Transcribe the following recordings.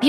美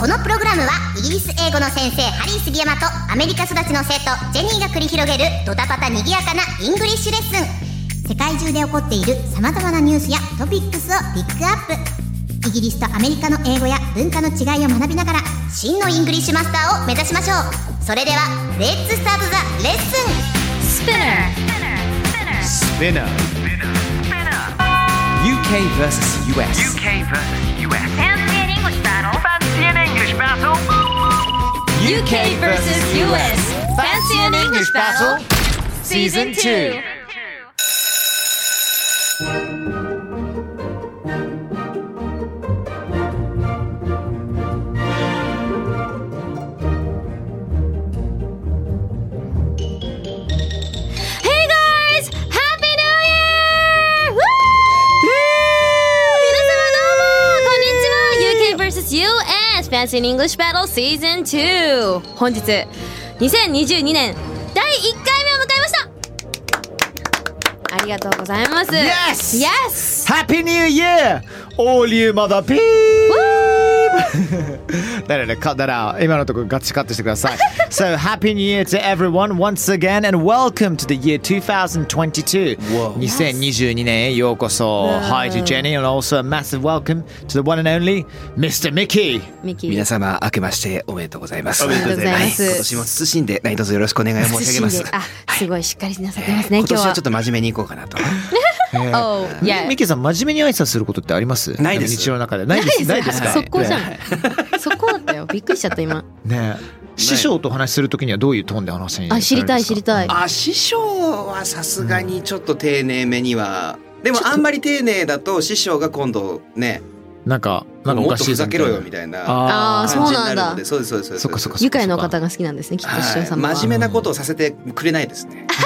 このプログラムはイギリス英語の先生ハリー杉山とアメリカ育ちの生徒ジェニーが繰り広げるドタパタにぎやかなイングリッシュレッスン世界中で起こっている様々なニュースやトピックスをピックアップイギリスとアメリカの英語や文化の違いを学びながら真のイングリッシュマスターを目指しましょうそれではレッツスタートザレッスン Spinner. UK versus US. UK versus US. Fancy an English battle. Fancy an English battle. UK versus US. Fancy an English battle? Season 2. 皆様どうもこんにちは UK vs US Fancy in English Battle Season 2本日2022年第1回目を迎えましたありがとうございます Yes! Yes! Happy New Year, all you mother peep! だからね、cut that out. 今のところガチカットしてください。so, Happy New Year to everyone once again and welcome to the year 2022. 2022年へようこそ。Hi to Jenny and also a massive welcome to the one and only Mr. Mickey. ミキ皆様明けましておめでとうございます。めでとうございますは今年も謹んで何卒よろしくお願い申し上げます。あすごいしっかりなさってますね Eh, 今今日年ははちょっと真面目に行こうかなと。 Oh yeah ミッキーさん真面目に挨拶することってありますないです日常の中でないですないですか速攻じゃん、ね速攻だったよびっくりしちゃった今ね師匠とお話しするときにはどういうトーンで話しあ知りたい知りたいあ師匠はさすがにちょっと丁寧めには。でもあんまり丁寧だと師匠が今度ね、なんかなんかおもかっとしいふぞざけろよみたいなあーそう感じになんなるだので、そうですそうですそそうです。っかそっか愉快なお方が好きなんですねきっと師は匠い。様は真面目なことをさせてくれないですね。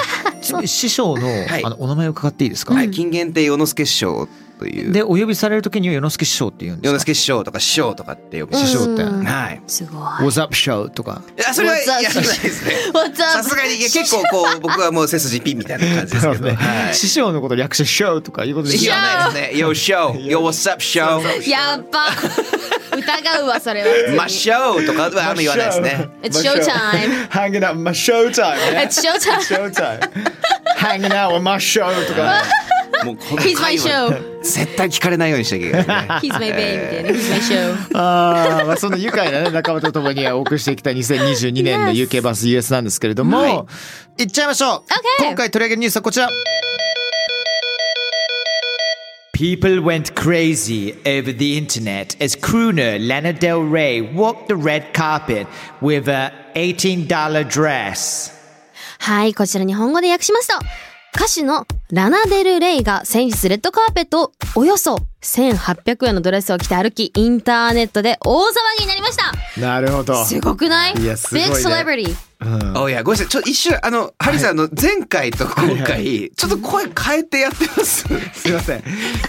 ち師匠の,、いあのお名前を伺っていいですか、はい、金元亭与之助師匠という。でお呼びされるときには与之助師匠って言うんで与す之か助師匠とか師匠とかって呼ぶうん師匠。ってはい。すごい「What's up 師匠」とかいやそれは What's up やらないですね。 What's さすがにいや結構こう僕はもう背筋ピンみたいな感 じですけど、ねはい。師匠のこと略して「師匠」とかいうことで言わないですね。Yo show, yo what's up show, やっ ぱ疑うわそれは my show とかはあんま言わないですね。 It's showtime Hanging out my showtime ね It's showtime showtime Hanging out with my show とかもうこの He's my 回は show 絶対聞かれないようにしなきゃいけないね。 He's my babe みたいな He's my show あーまあ、その愉快な、ね、仲間と共にお送りしてきた2022年の UK バス US なんですけれども、い、っちゃいましょう、 Okay 今回取り上げるニュースはこちら People went crazy over the internet as crooner Lana Del Rey walked the red carpet with a $18 dress はい、こちら日本語で訳しますと、歌手のラナデル・レイが先日レッドカーペットをおよそ1800円のドレスを着て歩き、インターネットで大騒ぎになりました。なるほどすごくないいやすごいね ?Big celebrity。おやごめんなさい。ちょっと一瞬あのハリーさんあの前回と今回ちょっと声変えてやってます。すいません。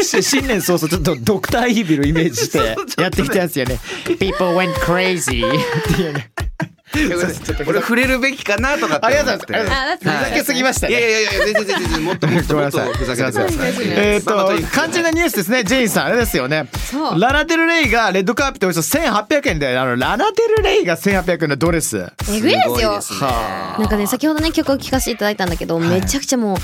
し新年早々ちょっとドクターイービルをイメージ してやってきたやつよね。People went crazy っていうね。俺触れるべきかなとかってありが思とうごってざいます。あ、だってふざけすぎましたいやいね。やいや全然全然全然もっともっともっとふざけてください。えーっとまあまあにかく肝心なニュースですね、ジェインさん、あれですよね、そうラナデル・レイがレッドカーペットおよそ1800円で、あのラナデル・レイが1800円のドレス、えぐいですよ。すごいですねなんかね、先ほどね、曲を聴かせていただいたんだけど、めちゃくちゃもう、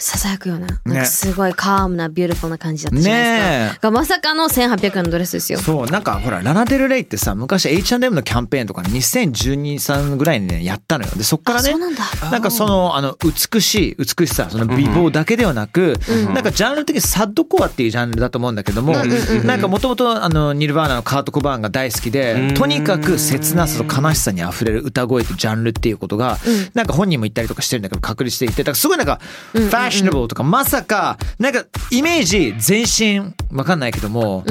ささやくような、なんかすごいカームな、ビューティフルな感じだったじゃないですか。がまさかの1800円のドレスですよ。そうなんかほらラナデルレイってさ昔 H&M のキャンペーンとか2012さんぐらいにねやったのよでそっからねあそうなんだなんかそのあの美しい美しさその美貌だけではなく、なんかジャンル的にサッドコアっていうジャンルだと思うんだけども、なんかもともとあのニルバーナのカート・コバーンが大好きで、とにかく切なさと悲しさにあふれる歌声とジャンルっていうことが、なんか本人も言ったりとかしてるんだけど確立していてだからすごいなんかファッショナブルとかまさかなんかイメージ全身わかんないけども、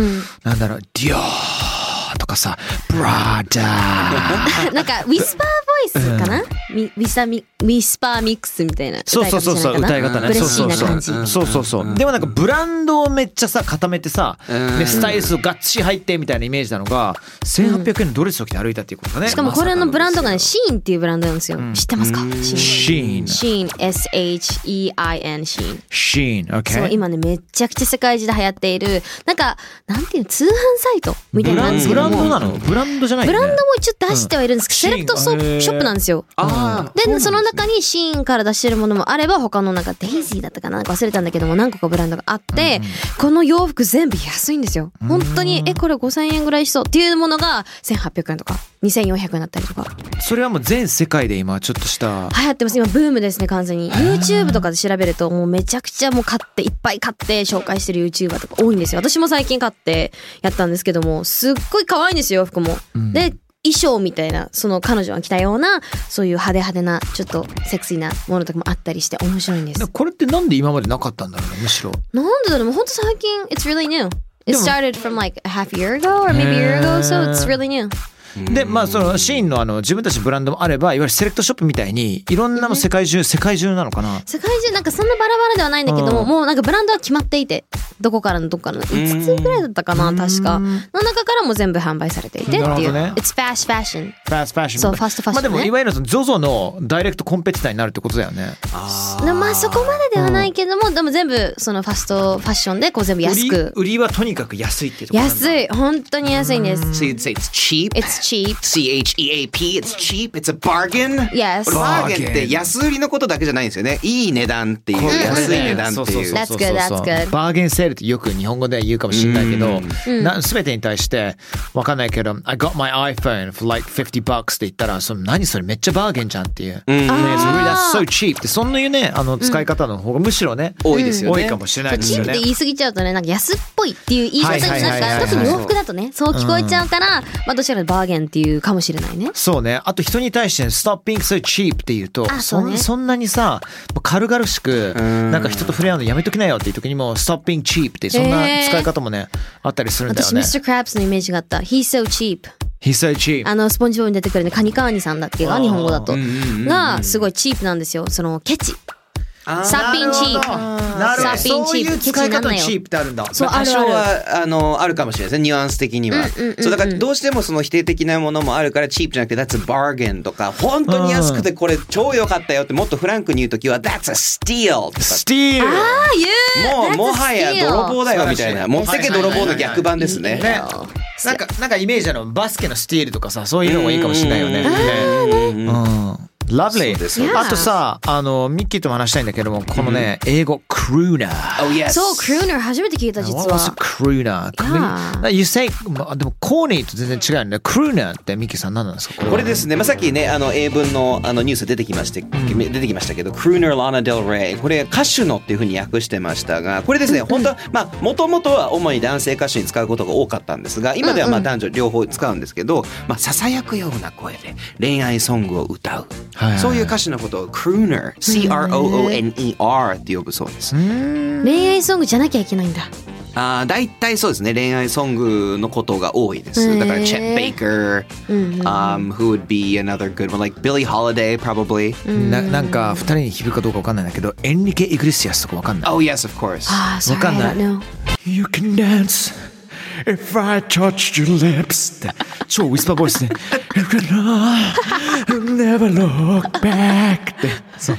なんだろうディオーーとかさ、ブラダー。なんかウィスパーボイスかな、みウィサミウィスパーミックスみたいなそうそうそうそう、歌い方ね。嬉そうしいそうなそ感う。じそうそうそう。でもなんかブランドをめっちゃさ、固めてさ、うんでスタイリストがっちり入ってみたいなイメージなのが、1800円のドレスを着て歩いたっていうことだね。しかもこれのブランドがねシーンっていうブランドなんですよ、知ってますかシーンシーン。シーン SHEIN シーンシーン、そう OK。今ねめちゃくちゃ世界中で流行っているなんかなんていうの通販サイトみたいブラなのなんでンすドけブラどンドもなのブランドじゃないブよねランドも一応出してはいるんですけうど、んセレクトソシーンショップなんですよ。あでその中にシーンから出してるものもあれば他のなんかデイジーだったかななんか忘れたんだけども何個かブランドがあって、この洋服全部安いんですよ本当にえこれ5,000円ぐらいしそうっていうものが1,800円とか2,400円だったりとかそれはもう全世界で今ちょっとした。流行ってます今ブームですね完全に YouTube とかで調べるともうめちゃくちゃもう買っていっぱい買って紹介してる YouTuber とか多いんですよ私も最近買ってやったんですけどもすっごい可愛いんですよ洋服も、で衣装みたいなその彼女が着たようなそういう派手派手なちょっとセクシーなものとかもあったりして面白いんですこれってなんで今までなかったんだろうね、むしろ。なんでだろうもうほんと最近 It's really new It でも started from like a half year ago or maybe a year ago so it's really new で、まあそのシーンのあの自分たちのブランドもあれば、いわゆるセレクトショップみたいに、いろんなもう世界中、世界中なのかな。世界中なんかそんなバラバラではないんだけども、うんもうなんかブランドは決まっていてどこからのどこからの5つぐらいだったかな確かの中からも全部販売されていてなっるほていう、どね It's fast フ fashion ァーストファッション。そうファストファッシまあョンねでも、いわゆるその ZOZO のダイレクトコンペティターになるってことだよね。でまあそこまでではないけども、でも全部そのファストファッションでこう全部安く売り売りはとにかく安いっていうところなんだ安い本当に安いんです So you'd say it's cheap. It's cheap C H E A P. It's cheap. It's a bargain. Yes これバーゲンって安売りのことだけじゃないんですよね。いい値段っていう安い値段っていう。 That's good, that's good. バーゲンセールってよく日本語で言うかもしれないけど、な全てに対してわかんないけど、I got my iPhone for like 50 bucks って言ったら、その何それめっちゃバーゲンじゃんっていう。ね It's really- that's so cheap ってそんないうねあの使い方の方がむしろね、多いですよね多いかもしれないですチーよプっねて。言い過ぎちゃうとねなんか安っぽいっていう言い方にはいはいなはんいはいはかい特に洋服だとねそう聞こえちゃうから、まあどちらかというとバーゲンっていうかもしれないねそうね。あと人に対して Stop being so cheap って言うと、あそそうねんそんなにさ、軽々しく、なんか人と触れ合うのやめときなよっていう時にも Stop being cheap ってそんなへー使い方もね、あったりするんだよ私、ね。 Mr. Krabs のイメージがあった He's so cheap He's so cheap. あのスポンジボブに出てくるねカニカーニさんだっけあがー日本語だとがすごいチープなんですよそのケチあーサッピンチープなるサッピンほど。そうチーいうプケ使チいになん方なチよープってあるんだ。そうまああ多る少あるはあのあるかもしれないですねニュアンス的には、そうだからどうしてもその否定的なものもあるからチープじゃなくて「That's a bargain」とか「本当に安くてこれ超良かったよ」ってもっとフランクに言う時は「That's a steal」とかスティール。ああ言うもうもはや泥棒だよみたいな素晴らしい持ってけ泥棒の逆版ですね。ね。なんか、なんかイメージあるバスケのスティールとかさ、そういうのもいいかもしれないよね。うん。ラブリそうですー。あとさ、あの、ミッキーとも話したいんだけども、このね、英語、クルーナー。 Oh, yes. そうクルーナー初めて聞いた実 What was a は crooner? Yeah. You say, まあでもコーニーと全然違うよね。クルーナーってミッキーさん何なんですかこれはこれですね、まあ、さっきねあの英文のあのニュース出てきまして、出てきましたけど「クルーナー・ラナ・デル・レイ」これ歌手のっていうふうに訳してましたがこれですね本当はまあもともとは主に男性歌手に使うことが多かったんですが今ではまあ男女両方使うんですけど、まあ、ささやくような声で恋愛ソングを歌う、はいはいそういう歌手のことを「クルーナー」「CROONER」って呼ぶそうです。恋愛ソングじゃなきゃいけないんだああ、大体そうですね。恋愛ソングのことが多いです。だから、へー Chet Baker、um, who would be another good one, like Billie Holiday, probably. ななんか二人に響くかどうかわかんないんだけど、エンリケ・イグリシアスとかわかんない。 Oh, yes, of course. ああそわかんない You can dance if I touch your lips って超ウィスパーボイスで You can never look back ってそう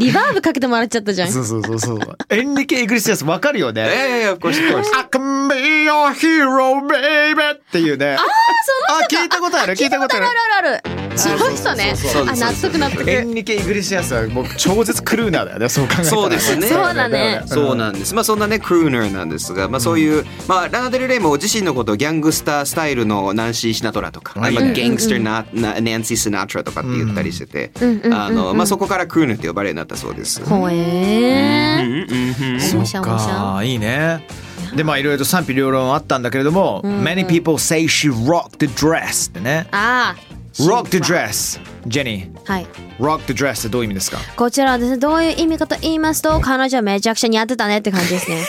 リバーブかけてもらっちゃったじゃんそうそうそうそうエンリケ・イグリシアスわかるよね yeah, yeah, of course, of course. I can be your hero baby っていうねああ聞いたことある聞いたことあるあるあるあるその人ねそうあです納得納得エンリケ・イグリシアスはもう超絶クルーナーだよねそう考えたら そうですね。そうだねそうなんです。まあそんなねクルーナーなんですが、まあそういう、まあラナデルレイも自身のことをギャングスタースタイルのナンシー・シナトラとか、まあいいねゲングスターななナンシー・シナトラとかって言ったりしてて、あのまあそこからクルーナーって呼ばれるようになったそうです。ほえーそうもしゃもしゃかいいねでまあいろいろと賛否両論あったんだけれども、Many people say she rocked the dress ってねああ Rock the dress ジェニーはい。 Rock the dress ってどういう意味ですかこちらはですね、どういう意味かと言いますと、彼女はめちゃくちゃ似合ってたねって感じですね。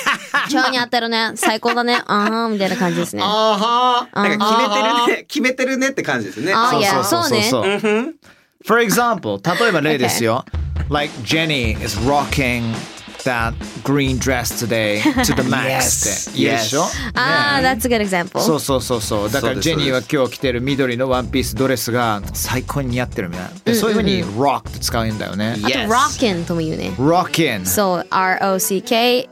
超似合ってるね。最高だね。あーはんみたいな感じですね。ああはなんか決めてるね、決めてるねって感じですね。ーいや、そうそうそうね。そう。For example, 例えば例です よ。Like Jenny is rocking that green dress today to the max って言うでしょ Yes. あー、that's a good example. そうそうそうそうだからそうですジェニーは今日着てる緑のワンピースドレスが最高に似合ってるみたいなでそういうふうに rock って使うんだよねあと、rockin' とも言うね。 rockin そう、R-O-C-K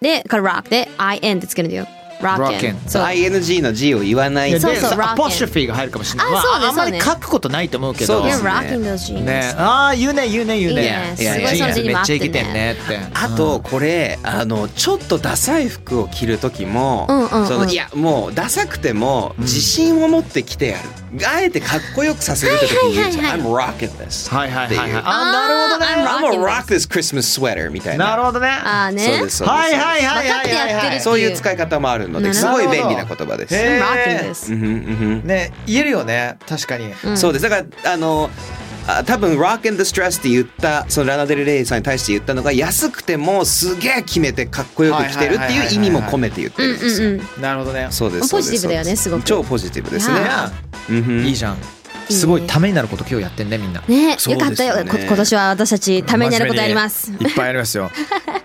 で、から rock で、I-N ってつけるんだよ。rockin'。 rockin' そう。 ING の G を言わないででそうそうさ rockin' アポストフィーが入るかもしれないあまそうねああんまりそう書くことないと思うけそどうです You're rocking those jeans. ねああ言うね言うね言うねいいねすごいジーンズその字にめも合っってちゃイケんねてんねってあとこれ、あのちょっとダサい服を着る時も、うんうんうんそのいやもうダサくても自信を持って着てやる、あえてかっこよくさせるって時に言うじゃん「I'm rocking this」はいはいはいはいああーなるほどね I'm I'm a rocking rock this Christmas sweater みたいな。なるほどねあーね。そうですそうです。はいはいはい分かっはいてやってるはいはいってそういう使い方もあるので、すなごるいほど便利な言葉です。へ rocking えー this. うんうんうんね言えるよね確かにうんそうです。だからあの。あ多分 Rock and the Stress って言ったそのラナデル・レイさんに対して言ったのが安くてもすげえ決めてかっこよく着てるっていう意味も込めて言ってるんですよ。うんなるほどねそうですそうですポジティブだよねすごく超ポジティブですねい。やうんうんいいじゃんすごいためになること今日やってんねみんなねそうよかっでたすよねよ。こ今年は私たちためになることやります。いっぱいありますよ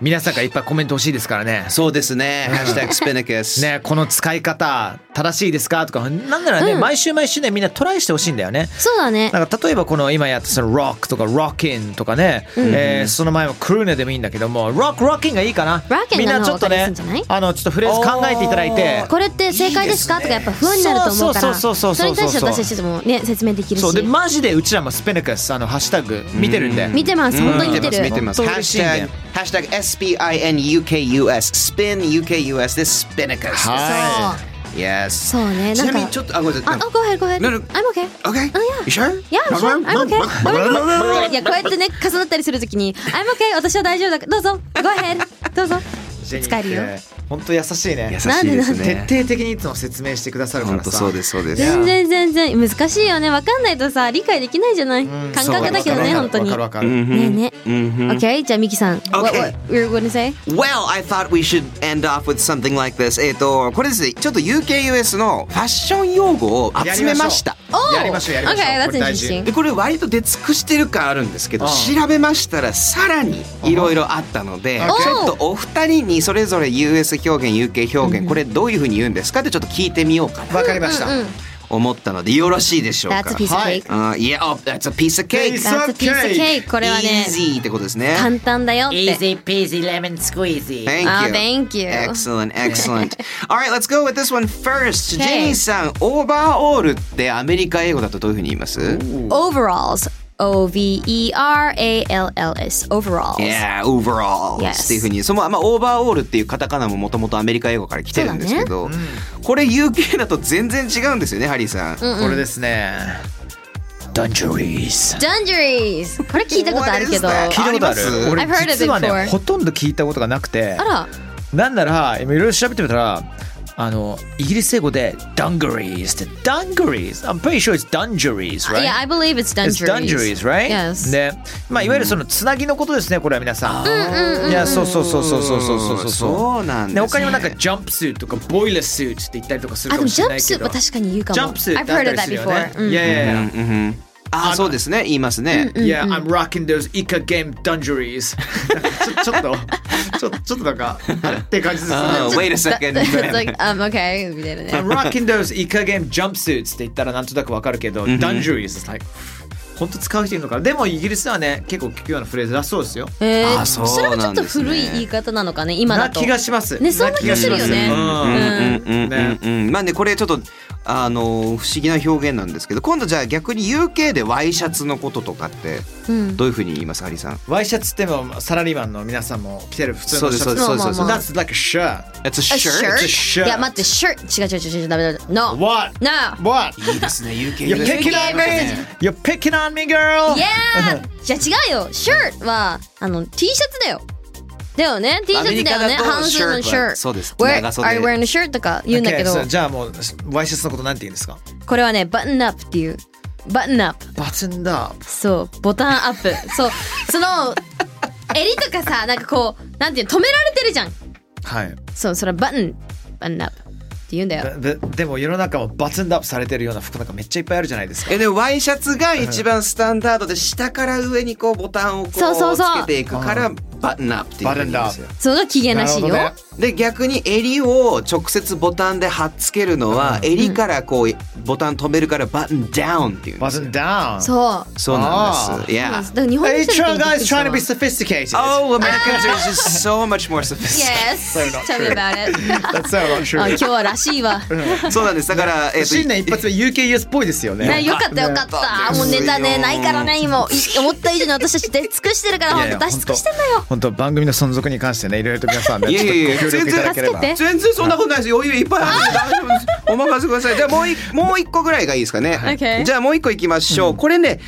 皆さんからいっぱいコメント欲しいですからねそうですね。ハッシュタグスペネケス。ねこの使い方正しいですかとかなんならね、毎週毎週ねみんなトライしてほしいんだよねそうだね。なんか例えばこの今やったその rock とか rockin とかね、えーその前もクルーネでもいいんだけども rock rockin がいいかな rockin みんなちょっとねが分かりやすいんじゃないあのちょっとフレーズ考えていただいてこれって正解ですかいいとでかやすねっぱ不安になると思うからそうそうそうそうそうそうそれに対して私たちもね説明できるしそうでマジでうちらもスペネカスあのハッシュタグ見てるんで見てます本当に見て見てるます。ハ本当ッにシュタ嬉しいんグでハッシュタグ SPINUKUS。spin UKUS でスペネケス。ははい。Yes。そうねちなんなみにかちょっとあごめんなさあい。あ go ahead go ahead なる I'm okay Okay. You sure? Yeah, sure. I'm okay. I'm okay. いやこうやってね重なったりするときに I'm okay 私は大丈夫だからどうぞ Go ahead どうぞい使えるよ本当優しいね優しいです徹ね底。的にいつも説明してくださるか本ら当さそうですそうです。全然全然難しいよねわかんないとさ理解できないじゃない感覚だけどねわ本か当るわにねかるわかるわかるえねうんうん Okay じゃあミキさん What what we're gonna say Well, I thought we should end off with something like this. えっと、これですね、ちょっと UKUS のファッション用語を集めました。やりましょうやりましょう Okay これ that's 大事 interesting でこれ割と出尽くしてる感あるんですけど、うん調べましたらさらにいろいろあったので、 Okay ちょっとお二人にそれぞれ US 表現 UK 表現これどういうふうに言うんですかってちょっと聞いてみようかなわかりました、思ったのでよろしいでしょうか That's a piece of はい cake あー Yeah, oh, that's a piece of cake Piece That's a piece of cake これはね Easy ってことですね簡単だよって。 peasy lemon squeezy. Thank you. Ah, thank you. Excellent, excellent. All right, let's go with this one first. ジ Okay. ェニーさん、オーバーオールってアメリカ英語だとどういうふうに言います Overalls. O V E R A L L S. Overalls. Yeah, overall. Yes. っていうふうに、そのまあオーバーオールっていうカタカナももともとアメリカ英語から来てるんですけど、これ UK だと全然違うんですよね、ハリーさん。これですね Dungarees Dungarees. これ聞いたことあるけど。 What あ is that? 聞いたことあありまする俺 I've heard of it 実はね before. ほとんど聞いたことがなくてら、なんなら今いろいろ調べてみたらあのイギリス英語で Dungarees って Dungarees I'm pretty sure it's Dungarees right? Yeah, I believe it's It's dungarees, Dungarees. right? Yes. ね、まあいわゆるそのつなぎのことですね、これは皆さん。いや、そうそうそうそうそうそうそうそう。そうなんですねね、他にもなんかジャンプスーツとかボイラースーツって言ったりとかするあ、かもでもしジれャないンプけスど。確かに言うかも。ジャンプスーツ I've ってあっ heard た of りする that よね before. うん。いやいやいや。あそうですね、言いますね。 Yeah, I'm rocking those Ika game dungarees. ちょちょっと、ちょちょっとなんか、あれって感じですね。あ Wait a second. It's like, um, okay, みたいなね。 I'm rocking those Ika game jumpsuits って言ったらなんとなくわかるけど、dungarees is like 本当使う人いるのかなでもイギリスではね結構聞くようなフレーズだそうですよ。えーあそうそれはちょなんっでとすね古い言い方なのかね、今だなと。気がします。ねそんな気がするよな気がしねますうんうんうんうんうん、まあねこれちょっとあの不思議な表現なんですけど今度じゃあ逆に UK でワイシャツのこととかってどういうふうに言いますハリーさんワイシャツってもうサラリーマンの皆さんも着てる普通そうのシですャツそうですまあまあ That's like a shirt That's a A shirt? shirt? It's a shirt. いや、待って、shirt! 違う違う違う違う、ダメだ。No! What? No! What? いいですね UK You're picking on me! You're picking on me girl! Yeah! じゃあ違うよ !shirt は、あの、T シャツだよだよね ?T シャツだよねアメリカだと半数の shirt shirt。はそうです長 Where 袖 are you wearing a shirt? とか言うんだけ Okay, ど、 so じゃあもうワイシャツのことなんて言うんですかこれはね、button up っていう。バッナップバツンダーそうボタンアップ そうその襟とかさなんかこうなんていうの止められてるじゃんはいそうそれバッンバッナップって言うんだよででも世の中もバツンダーされてるような服なんかめっちゃいっぱいあるじゃないですかえでワイシャツが一番スタンダードで下から上にこうボタンをこうつそうそうそうけていくからバッナップっていうふうに言うんですよそれが機嫌らしいよ、なるほで逆に襟を直接ボタンで貼っつけるのは襟からこうボタン止めるからバッンダウンっていうんでバすツよンダウンそうそうなんです。そうなん Yeah. ですだから日本 Are の you 人 trying だ guys trying to be と sophisticated? Oh, Americans are just so much more び sophisticated. Yes So not tell me about it That's so not あ今 true. 日はらしいわそうなんです。だから、えっと新年一発目 UKUS っぽいですよね、ね。よかったよかっよかったたですもうネタねよないからね今い思った以上に私たち出尽くしてるからい本やいや当出し尽くしてんだよ本当番組の存続に関してねいろいろと皆さんねいやいやいやちょっとご協力いただければ全然全然そんなことないですよ。余裕いっぱいあるんで大丈夫です。お任せください。じゃあもういもう一個ぐらいがいいですかね。 Okay じゃあもう一個いきましょう。これね、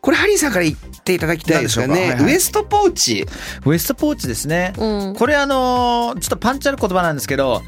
これハリーさんから言っていただきたいですかね。何でしょうかはいはいウエストポーチ。ウエストポーチですね、うんこれあのーちょっとパンチある言葉なんですけど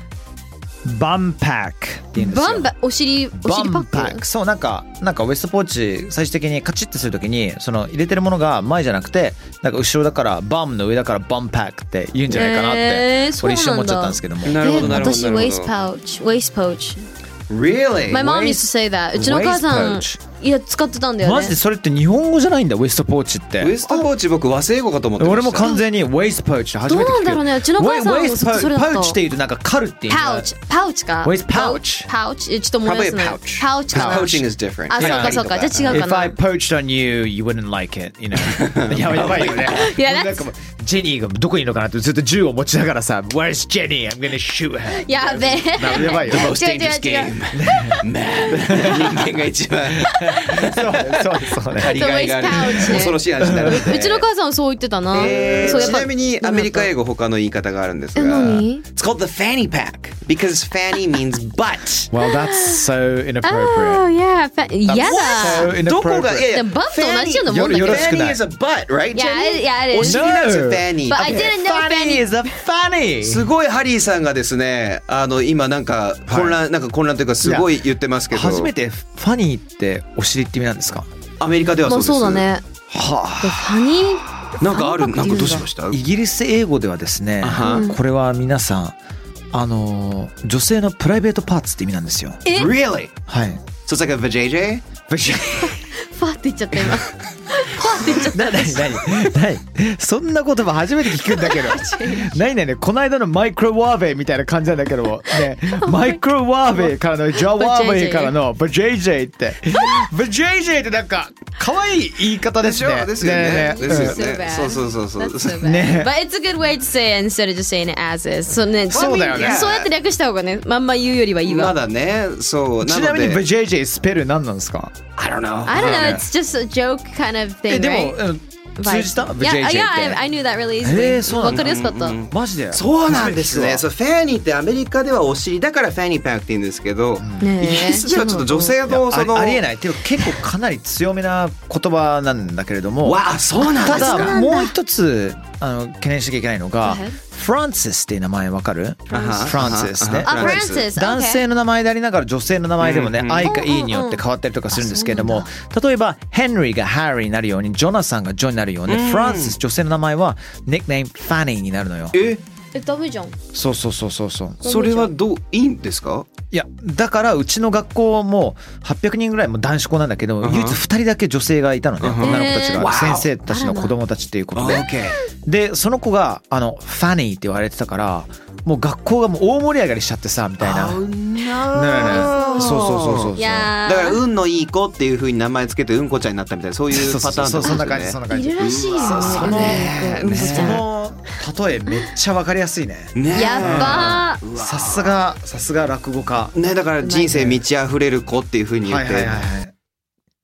バンパックって言うんですよバンバお尻お尻パバンパッッククそうなんかなんかウエストポーチ最終的にカチッてするときにその入れてるものが前じゃなくてなんか後ろだからバムの上だからバンパックって言うんじゃないかなって、えーそう俺なんだ一瞬思っちゃったんですけどもなるほどえなるほど私なるほど waist pouch waist pouch Really? My mom used to say that うちのお母さん waist いや使ってたんだよねマジでそれって日本語じゃないんだウエストポーチってウエストポーチ僕和製英語かと思ってました。俺も完全にウエストポーチって初めて聞くどうなんだろうねうちのお母さんもウエウエストポーチそれだったパウチっていうとなんかカルっていう意味がパウチパウチか Waist pouch パウチえちょっと思い出す Probably な a い pouch. パウチかな Pouching is different. あそうかそうかじゃあ違うか If な I poached on you, you wouldn't like it, you know. やばいやばいよね。いやなんかもうジェニーがどこにいるのかなってずっと銃を持ちながらさ、Where's Jenny? I'm gonna shoot her. やべえやばいよ。違う Most 違う dangerous 違う game. Man. 人間が一番そうそうそうね。りがいがある The waist pouch ね恐ろしい話になるのでうちの母さんはそう言ってたな、えーそうやっちぱなみにアメリカ英語語他の言い方があるんですえが何 It's called the fanny pack because fanny means butt Well, that's so あ inappropriate. あいやや So だ inappropriate. どこがいやでいやもバッと同じようなもんだけよどろしく Fanny ない is a butt, Yeah, right? Jenny? it- yeah, it is. お尻なんですよ fanny. But I didn't know Funny is a funny. すごいハリーさんがですね、あの今なんか混乱、なんか混乱というかすごい言ってますけど、初めてファニーってお尻って意味なんですかアメリカではまそあうです。そうだ。ねはでファニーあ、なんかある、ファニーパックって言うんなんかだどうしました？イギリス英語ではですねあ、はこれは皆さん、あのー、女性のプライベートパーツって意味なんですよ。 really? はい。 So it's like a vajayjay? ファーって言っちゃっ た今ファーって言っちゃったななになになにそんな言葉初めて聞くんだけ どなになにこの間のマイクロワーベイみたいな感じなんだけども、 ね、マイクロワーベイからのジャワーベイからのバジェイジェイってバジ ェイジェイってなんか可愛い言い方でですしねょですよね。ねですよ So ね。 bad. そうそうそうそう。 That's so ね bad. But it's a good way to say it instead of just saying it as is. そうね、そうだよねそうやって略した方がね、まんま言うよりはいい まわ。だね、そう。ちのなでみにバジェイジェイスペル何なんですか I don't know. I don't know, it's just a joke kind of え thing, で right? もうん通じたバ Vibe. ジェイジェイ Yeah, って yeah, I, I knew that really えー easily. そうなわんだかりやすかった。マジでそうなんですね。そそうフェアニーってアメリカではお尻だからフェアニーパンクって言うんですけど、ねえイギリスではちょっと女性いやのそのあありえないっていうか結構かなり強めな言葉なんだけれどもわあそうなんたですか。だもう一つあの懸念しなきゃいけないのが Go ahead フランシスっていう名前わかるフランシスねああ、フラン Francis. 男性の名前でありながら女性の名前でもね「I」か「E」によって変わったりとかするんですけれども例えばヘンリーがハリーになるようにジョナサンがジョになるようにフランシス女性の名前はニックネームファニーになるのよえ、え、ダメじゃん。そうそうそうそうそうそれはどういいんですか？いやだからうちの学校も800人ぐらいもう男子校なんだけど唯一2人だけ女性がいたのね女の子たちへーが先生たちの子供たちっていうことで OK。でその子があのファニーって言われてたからもう学校がもう大盛り上がりしちゃってさみたいな。ねえねえそうそうそうそうそう。いやだから運のいい子っていう風に名前つけてうんこちゃんになったみたいなそういうそうそパうターンそうそんな感じですそんよねな感ー、いじ。るらしいよ。その、うんこちそゃんの例えめっちゃわかりやすいね。ねえやっばー。さすがさすが落語家。ねだから人生満ち溢れる子っていう風に言はっいて、はいはいはい。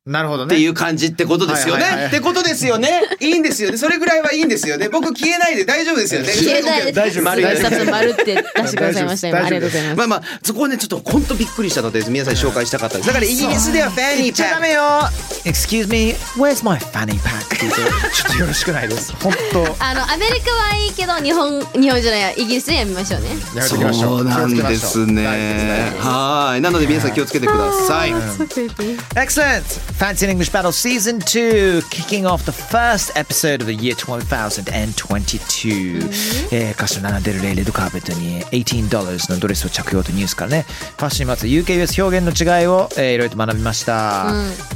なるほどっね。ていう感じってことですよね、はいはいはいってことですよねいいんですよねそれぐらいはいいんですよね僕消えないで大丈夫ですよね消えないで。大丈夫丸大一丈夫冊丸って出してくださいました。今あ大丈夫りがとうでございます。まあまあそこをねちょっと本当びっくりしたので皆さんに紹介したかったですだからイギリスではフェアニー言っちゃダパックメよ Excuse me, where's my fanny pack? って言うとちょっとよろしくない です。本当あのアメリカはいいけど日本日本じゃないやイギリスでやめましょうね。やめときましょう。そうなんで気をつけすましょうね。はいなので皆さん気をつけてくださいそうかいい。 Excellent! Fancy English Battle Season 2 kicking off the first episode of the year 2022、えー、歌手ナナデルレイレッドカーペットに18のドレスを着用というニュースからねファッションにまつわる UKUS 表現の違いを、えーいろいろと学びました、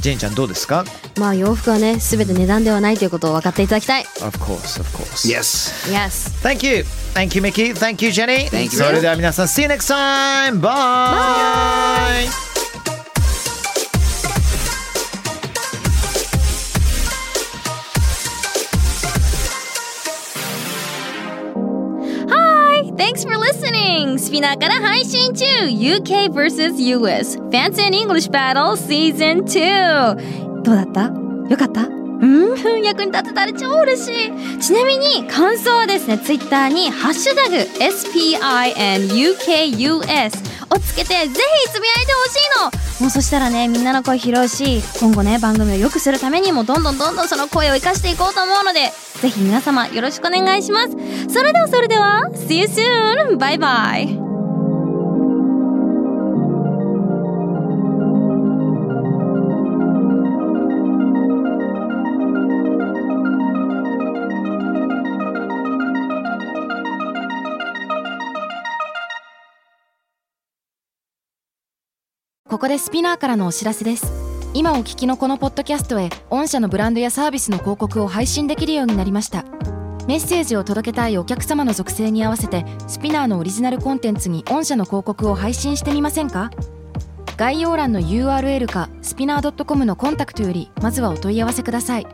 ジェニーちゃんどうですかまあ洋服はね全て値段ではないということを分かっていただきたい Of course, of course Yes. Yes Thank you Thank you Mickey Thank you Jenny Thank you それでは皆さん See you next time Bye. Hi! Thanks for listening! スピナーから配信中 !UK vs.US Fancy and English Battle Season 2! どうだったよかったうん役に立てたら超嬉しいちなみに感想はですね、Twitter にハッシュタグ SPINUKUS をつけてぜひつぶやいてほしいのもうそしたらね、みんなの声拾うし、今後ね、番組を良くするためにもどんどんどんどんその声を生かしていこうと思うので、ぜひ皆様よろしくお願いします。それではそれでは、See you soon! バイバイここでスピナーからのお知らせです今お聞きのこのポッドキャストへ御社のブランドやサービスの広告を配信できるようになりましたメッセージを届けたいお客様の属性に合わせてスピナーのオリジナルコンテンツに御社の広告を配信してみませんか概要欄の URL かスピナー .com のコンタクトよりまずはお問い合わせください